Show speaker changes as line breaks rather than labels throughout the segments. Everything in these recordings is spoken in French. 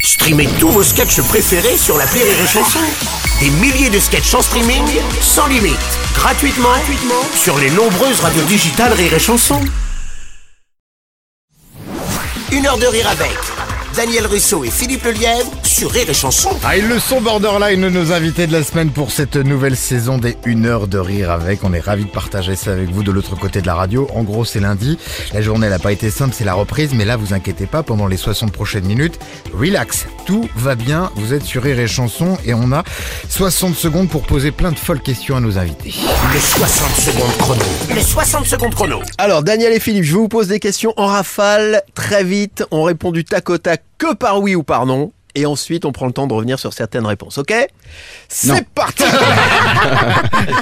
Streamez tous vos sketchs préférés sur la Rire et Chanson. Des milliers de sketchs en streaming, sans limite, gratuitement, gratuitement sur les nombreuses radios digitales Rire et Chanson. Une heure de rire avec Daniel Russo et Philippe Lelièvre sur Rire et Chanson.
Ah, ils le sont borderline, nos invités de la semaine pour cette nouvelle saison des 1 heure de rire avec. On est ravis de partager ça avec vous de l'autre côté de la radio. En gros, c'est lundi. La journée, elle n'a pas été simple, c'est la reprise. Mais là, vous inquiétez pas, pendant les 60 prochaines minutes, relax. Tout va bien. Vous êtes sur Rire et Chanson et on a 60 secondes pour poser plein de folles questions à nos invités.
Le 60 secondes chrono. Le 60 secondes chrono.
Alors, Daniel et Philippe, je vous pose des questions en rafale, très vite. On répond du tac au tac que par oui ou par non. Et ensuite, on prend le temps de revenir sur certaines réponses, ok C'est parti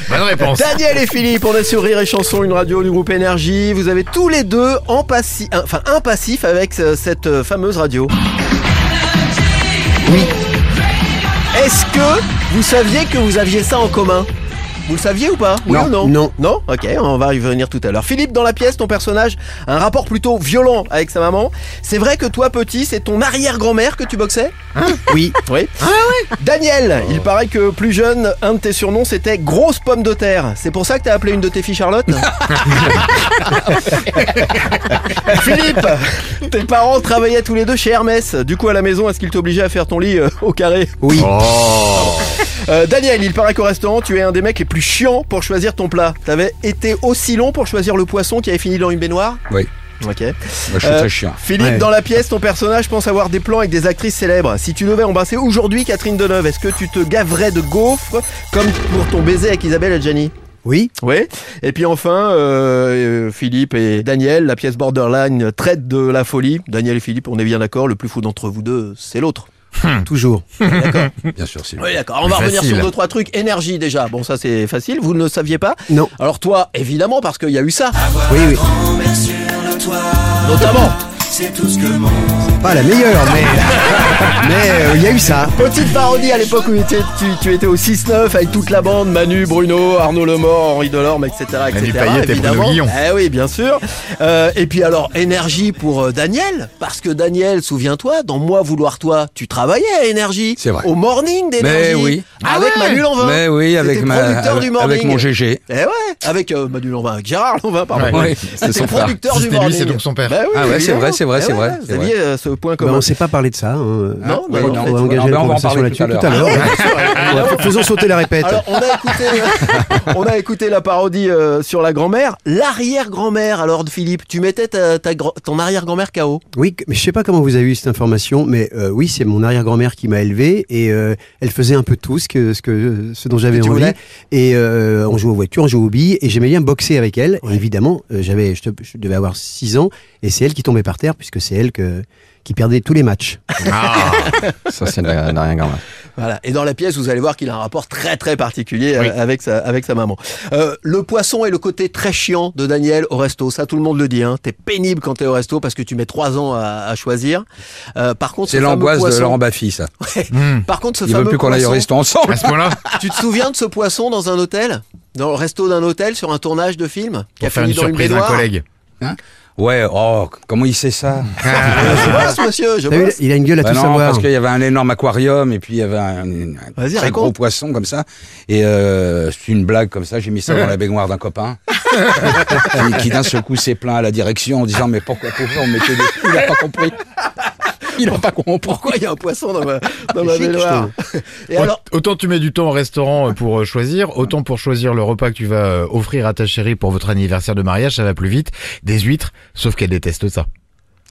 Bonne réponse.
Daniel et Philippe, on est sur Rire et Chanson, une radio du groupe Énergie. Vous avez tous les deux en passi- un- enfin, un passif avec euh, cette euh, fameuse radio. Oui. Est-ce que vous saviez que vous aviez ça en commun Vous le saviez ou pas Oui
Non.
ou non Non. Non Ok, on va y venir tout à l'heure. Philippe, dans la pièce, ton personnage a un rapport plutôt violent avec sa maman. C'est vrai que toi, petit, c'est ton arrière-grand-mère que tu boxais Hein? Oui. Ah Oui. Daniel, il paraît que plus jeune, un de tes surnoms, c'était Grosse Pomme de Terre. C'est pour ça que t'as appelé une de tes filles Charlotte Philippe, tes parents travaillaient tous les deux chez Hermès. Du coup, à la maison, est-ce qu'ils t'obligeaient à faire ton lit euh, au carré Oui. Euh, Daniel, il paraît qu'au restaurant, tu es un des mecs les plus chiants pour choisir ton plat. T'avais été aussi long pour choisir le poisson qui avait fini dans une baignoire
Oui.
Ok.
Moi, je suis
Euh,
très chiant.
Philippe, dans la pièce, ton personnage pense avoir des plans avec des actrices célèbres. Si tu devais embrasser aujourd'hui Catherine Deneuve, est-ce que tu te gaverais de gaufres comme pour ton baiser avec Isabelle Adjani oui. Oui. Et puis enfin, euh, euh, Philippe et Daniel, la pièce Borderline traite de la folie. Daniel et Philippe, on est bien d'accord, le plus fou d'entre vous deux, c'est l'autre. Toujours.
Bien sûr, Sylvain.
Oui, d'accord. On va revenir
facile.
sur deux, trois trucs. Énergie, déjà. Bon, ça, c'est facile. Vous ne le saviez pas
Non.
Alors, toi, évidemment, parce qu'il y a eu ça.
Oui, oui.
Notamment.
Pas la meilleure, mais. mais euh, il y a eu ça.
Petite parodie à l'époque où tu, tu- tu étais au 6-9 avec toute la bande, Manu, Bruno, Arnaud Lemort, Henri Delorme, etc. etc.
Manu Payet et Bruno
évidemment.
Guillon.
Eh oui, bien sûr. Euh, et puis alors, énergie pour euh, Daniel, parce que Daniel, souviens-toi, dans Moi vouloir toi, tu travaillais à énergie.
C'est vrai.
Au morning d'énergie.
Mais oui.
Avec
Ah ouais
Manu Lanvin.
Mais oui, avec
T'étais
ma.
producteur du
Avec,
morning.
avec mon GG.
Eh ouais, avec euh, Manu Lanvin, avec Gérard Lanvin, pardon.
Ouais.
Oui, c'est
C'était
son frère.
producteur
Si
du
c'était lui,
morning.
c'est donc son père.
Bah oui,
Ah ouais, c'est
évidemment.
vrai, c'est vrai,
Eh
c'est
ouais,
vrai,
Vous
c'est
aviez euh, ce point
Bah, on
commun.
ne s'est pas parlé de ça. hein.
Non,
Ouais,
non,
on,
non,
va
non,
engager
non,
une
on va en
conversation
parler
là-dessus tout à l'heure. Ouais, Faisons sauter la répète.
Alors, on a écouté, euh, on a écouté la parodie euh, sur la grand-mère, l'arrière-grand-mère. Alors, Philippe, tu mettais ta, ta gr- ton arrière-grand-mère KO.
Oui, mais je sais pas comment vous avez eu cette information, mais euh, oui, c'est mon arrière-grand-mère qui m'a élevé et euh, elle faisait un peu tout ce que ce que ce dont j'avais
Que tu
envie.
voulais.
Et euh, on jouait aux voitures, on jouait aux billes et j'aimais bien boxer avec elle. Et évidemment, euh, j'avais je, te- je devais avoir 6 ans et c'est elle qui tombait par terre puisque c'est elle que qui perdait tous les matchs.
Ah,
Ça, c'est la, la rien grave.
Voilà. Et dans la pièce, vous allez voir qu'il a un rapport très très particulier euh, avec sa avec sa maman. Euh, le poisson et le côté très chiant de Daniel au resto, ça tout le monde le dit. Hein. T'es pénible quand t'es au resto parce que tu mets trois ans à, à choisir. Euh, par contre,
C'est
ce fameux
l'angoisse de
poisson-
Laurent Baffy, ça.
Par contre, ce
Il veut
fameux
plus qu'on aille au
poisson-
resto ensemble.
À ce point-là,
Tu te souviens de ce poisson dans un hôtel Dans le resto d'un hôtel sur un tournage de film Qui
pour faire une
dans
surprise d'un
baignoire
collègue.
Ouais, oh, comment il sait ça
Je bosse, monsieur, je
T'as vu,
bosse.
il a une gueule à
Bah
tout
non,
savoir.
parce qu'il y avait un énorme aquarium et puis il y avait un, un
Vas-y,
très
raconte.
gros poisson comme ça. Et euh, c'est une blague comme ça, j'ai mis ça dans la baignoire d'un copain qui, qui d'un seul coup s'est plaint à la direction en disant mais pourquoi, pourquoi on mettait des... Il n'a pas compris. Il n'a pas compris.
Pourquoi il y a un poisson dans ma, dans ma
Chic, je
baignoire Et
Aut-
alors,
autant tu mets du temps au restaurant euh, pour euh, choisir, autant pour choisir le repas que tu vas euh, offrir à ta chérie pour votre anniversaire de mariage, ça va plus vite. Des huîtres, sauf qu'elle déteste ça.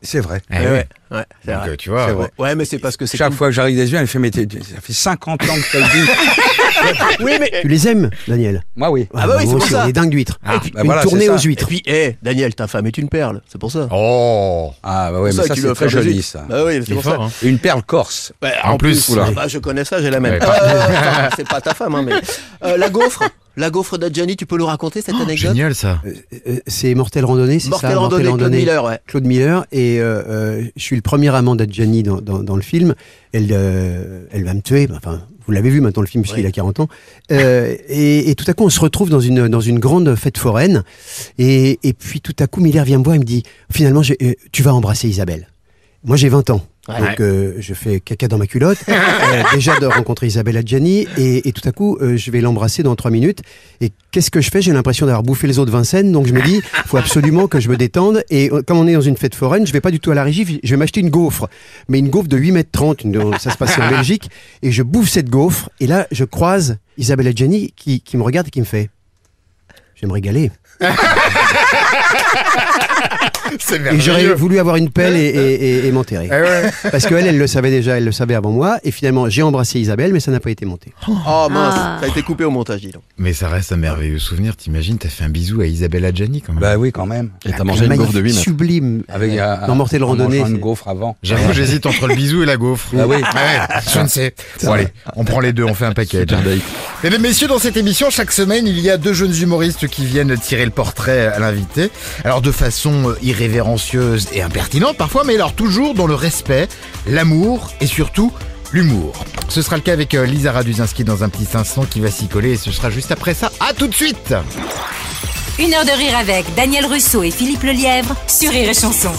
C'est vrai.
Eh
Eh
oui.
ouais, ouais, c'est
Donc,
vrai.
euh, tu vois,
C'est vrai.
Ouais, mais c'est parce que c'est.
Chaque
tout-
fois que j'arrive des yeux, elle fait mais t'es- ça fait 50 ans que tu le dis.
Oui, mais.
Tu les aimes, Daniel
Moi oui.
Ah bah oui,
moi
c'est pour
aussi,
ça.
on est dingue d'huîtres.
Ah, bah
une
voilà, c'est
tournée
ça.
aux
Et
huîtres.
puis, hé, Daniel, ta femme est une perle, c'est pour ça.
Oh
Ah bah oui,
C'est
mais
pour
ça
qu'il
c'est
veut
très
faire des
joli
huîtres.
ça.
Bah oui, c'est
Il est
pour ça.
fort, hein.
Une perle corse.
Bah,
En plus, oula.
ah bah, je connais ça, j'ai la même.
Ouais,
Euh, c'est pas ta femme, hein, mais. Euh, la gaufre, la gaufre d'Adjani, tu peux nous raconter cette anecdote
Oh, Génial ça.
Euh, c'est Mortel Randonnée, c'est
Mortel
ça
randonnée, Claude Miller, ouais.
Claude Miller, et euh, euh, je suis le premier amant d'Adjani dans, dans, dans le film. Elle, euh, elle va me tuer, enfin, vous l'avez vu maintenant le film, puisqu'il a 40 ans. Euh, et, et tout à coup, on se retrouve dans une, dans une grande fête foraine. Et, et puis tout à coup, Miller vient me voir et me dit, finalement, j'ai- euh, tu vas embrasser Isabelle. Moi, j'ai 20 ans. Donc euh, je fais caca dans ma culotte. Euh, déjà de rencontrer Isabelle Adjani et, et tout à coup euh, je vais l'embrasser dans trois minutes. Et qu'est-ce que je fais J'ai l'impression d'avoir bouffé les os de Vincennes, donc je me dis faut absolument que je me détende. Et euh, comme on est dans une fête foraine, je vais pas du tout à la régie, je vais m'acheter une gaufre, mais une gaufre de 8 mètres 30. une- euh, ça se passait en Belgique et je bouffe cette gaufre et là je croise Isabelle Adjani qui, qui me regarde et qui me fait je vais me régaler.
C'est
Et j'aurais
merveilleux.
voulu avoir une pelle et, et- et- et m'enterrer.
Eh ouais.
Parce qu'elle, elle le savait déjà, elle le savait avant moi. Et finalement, j'ai embrassé Isabelle, mais ça n'a pas été monté.
Oh mince,
Ah.
ça a été coupé au montage, dis donc.
Mais ça reste un merveilleux souvenir. T'imagines, t'as fait un bisou à Isabelle Adjani quand même.
Bah oui, quand même.
Et t'as mangé une
Magnifique,
gaufre de 8 mètres.
Sublime.
Avec euh,
Dans Mortel
en
Randonnée,
mangeant une
c'est-
gaufre avant.
J'avoue, j'hésite entre le bisou et la gaufre.
Ah oui.
Ouais, je ne sais. Bon, allez, on prend les deux, on fait un paquet.
Super date.
Mesdames, messieurs, dans cette émission, chaque semaine, il y a deux jeunes humoristes qui viennent tirer le portrait à l'invité. Alors, de façon euh, irrévérencieuse et impertinente parfois, mais alors toujours dans le respect, l'amour et surtout l'humour. Ce sera le cas avec euh, Lisa Raduzinski dans un petit instant qui va s'y coller et ce sera juste après ça. À tout de suite
Une heure de rire avec Daniel Russo et Philippe Lelièvre sur Rire et Chanson.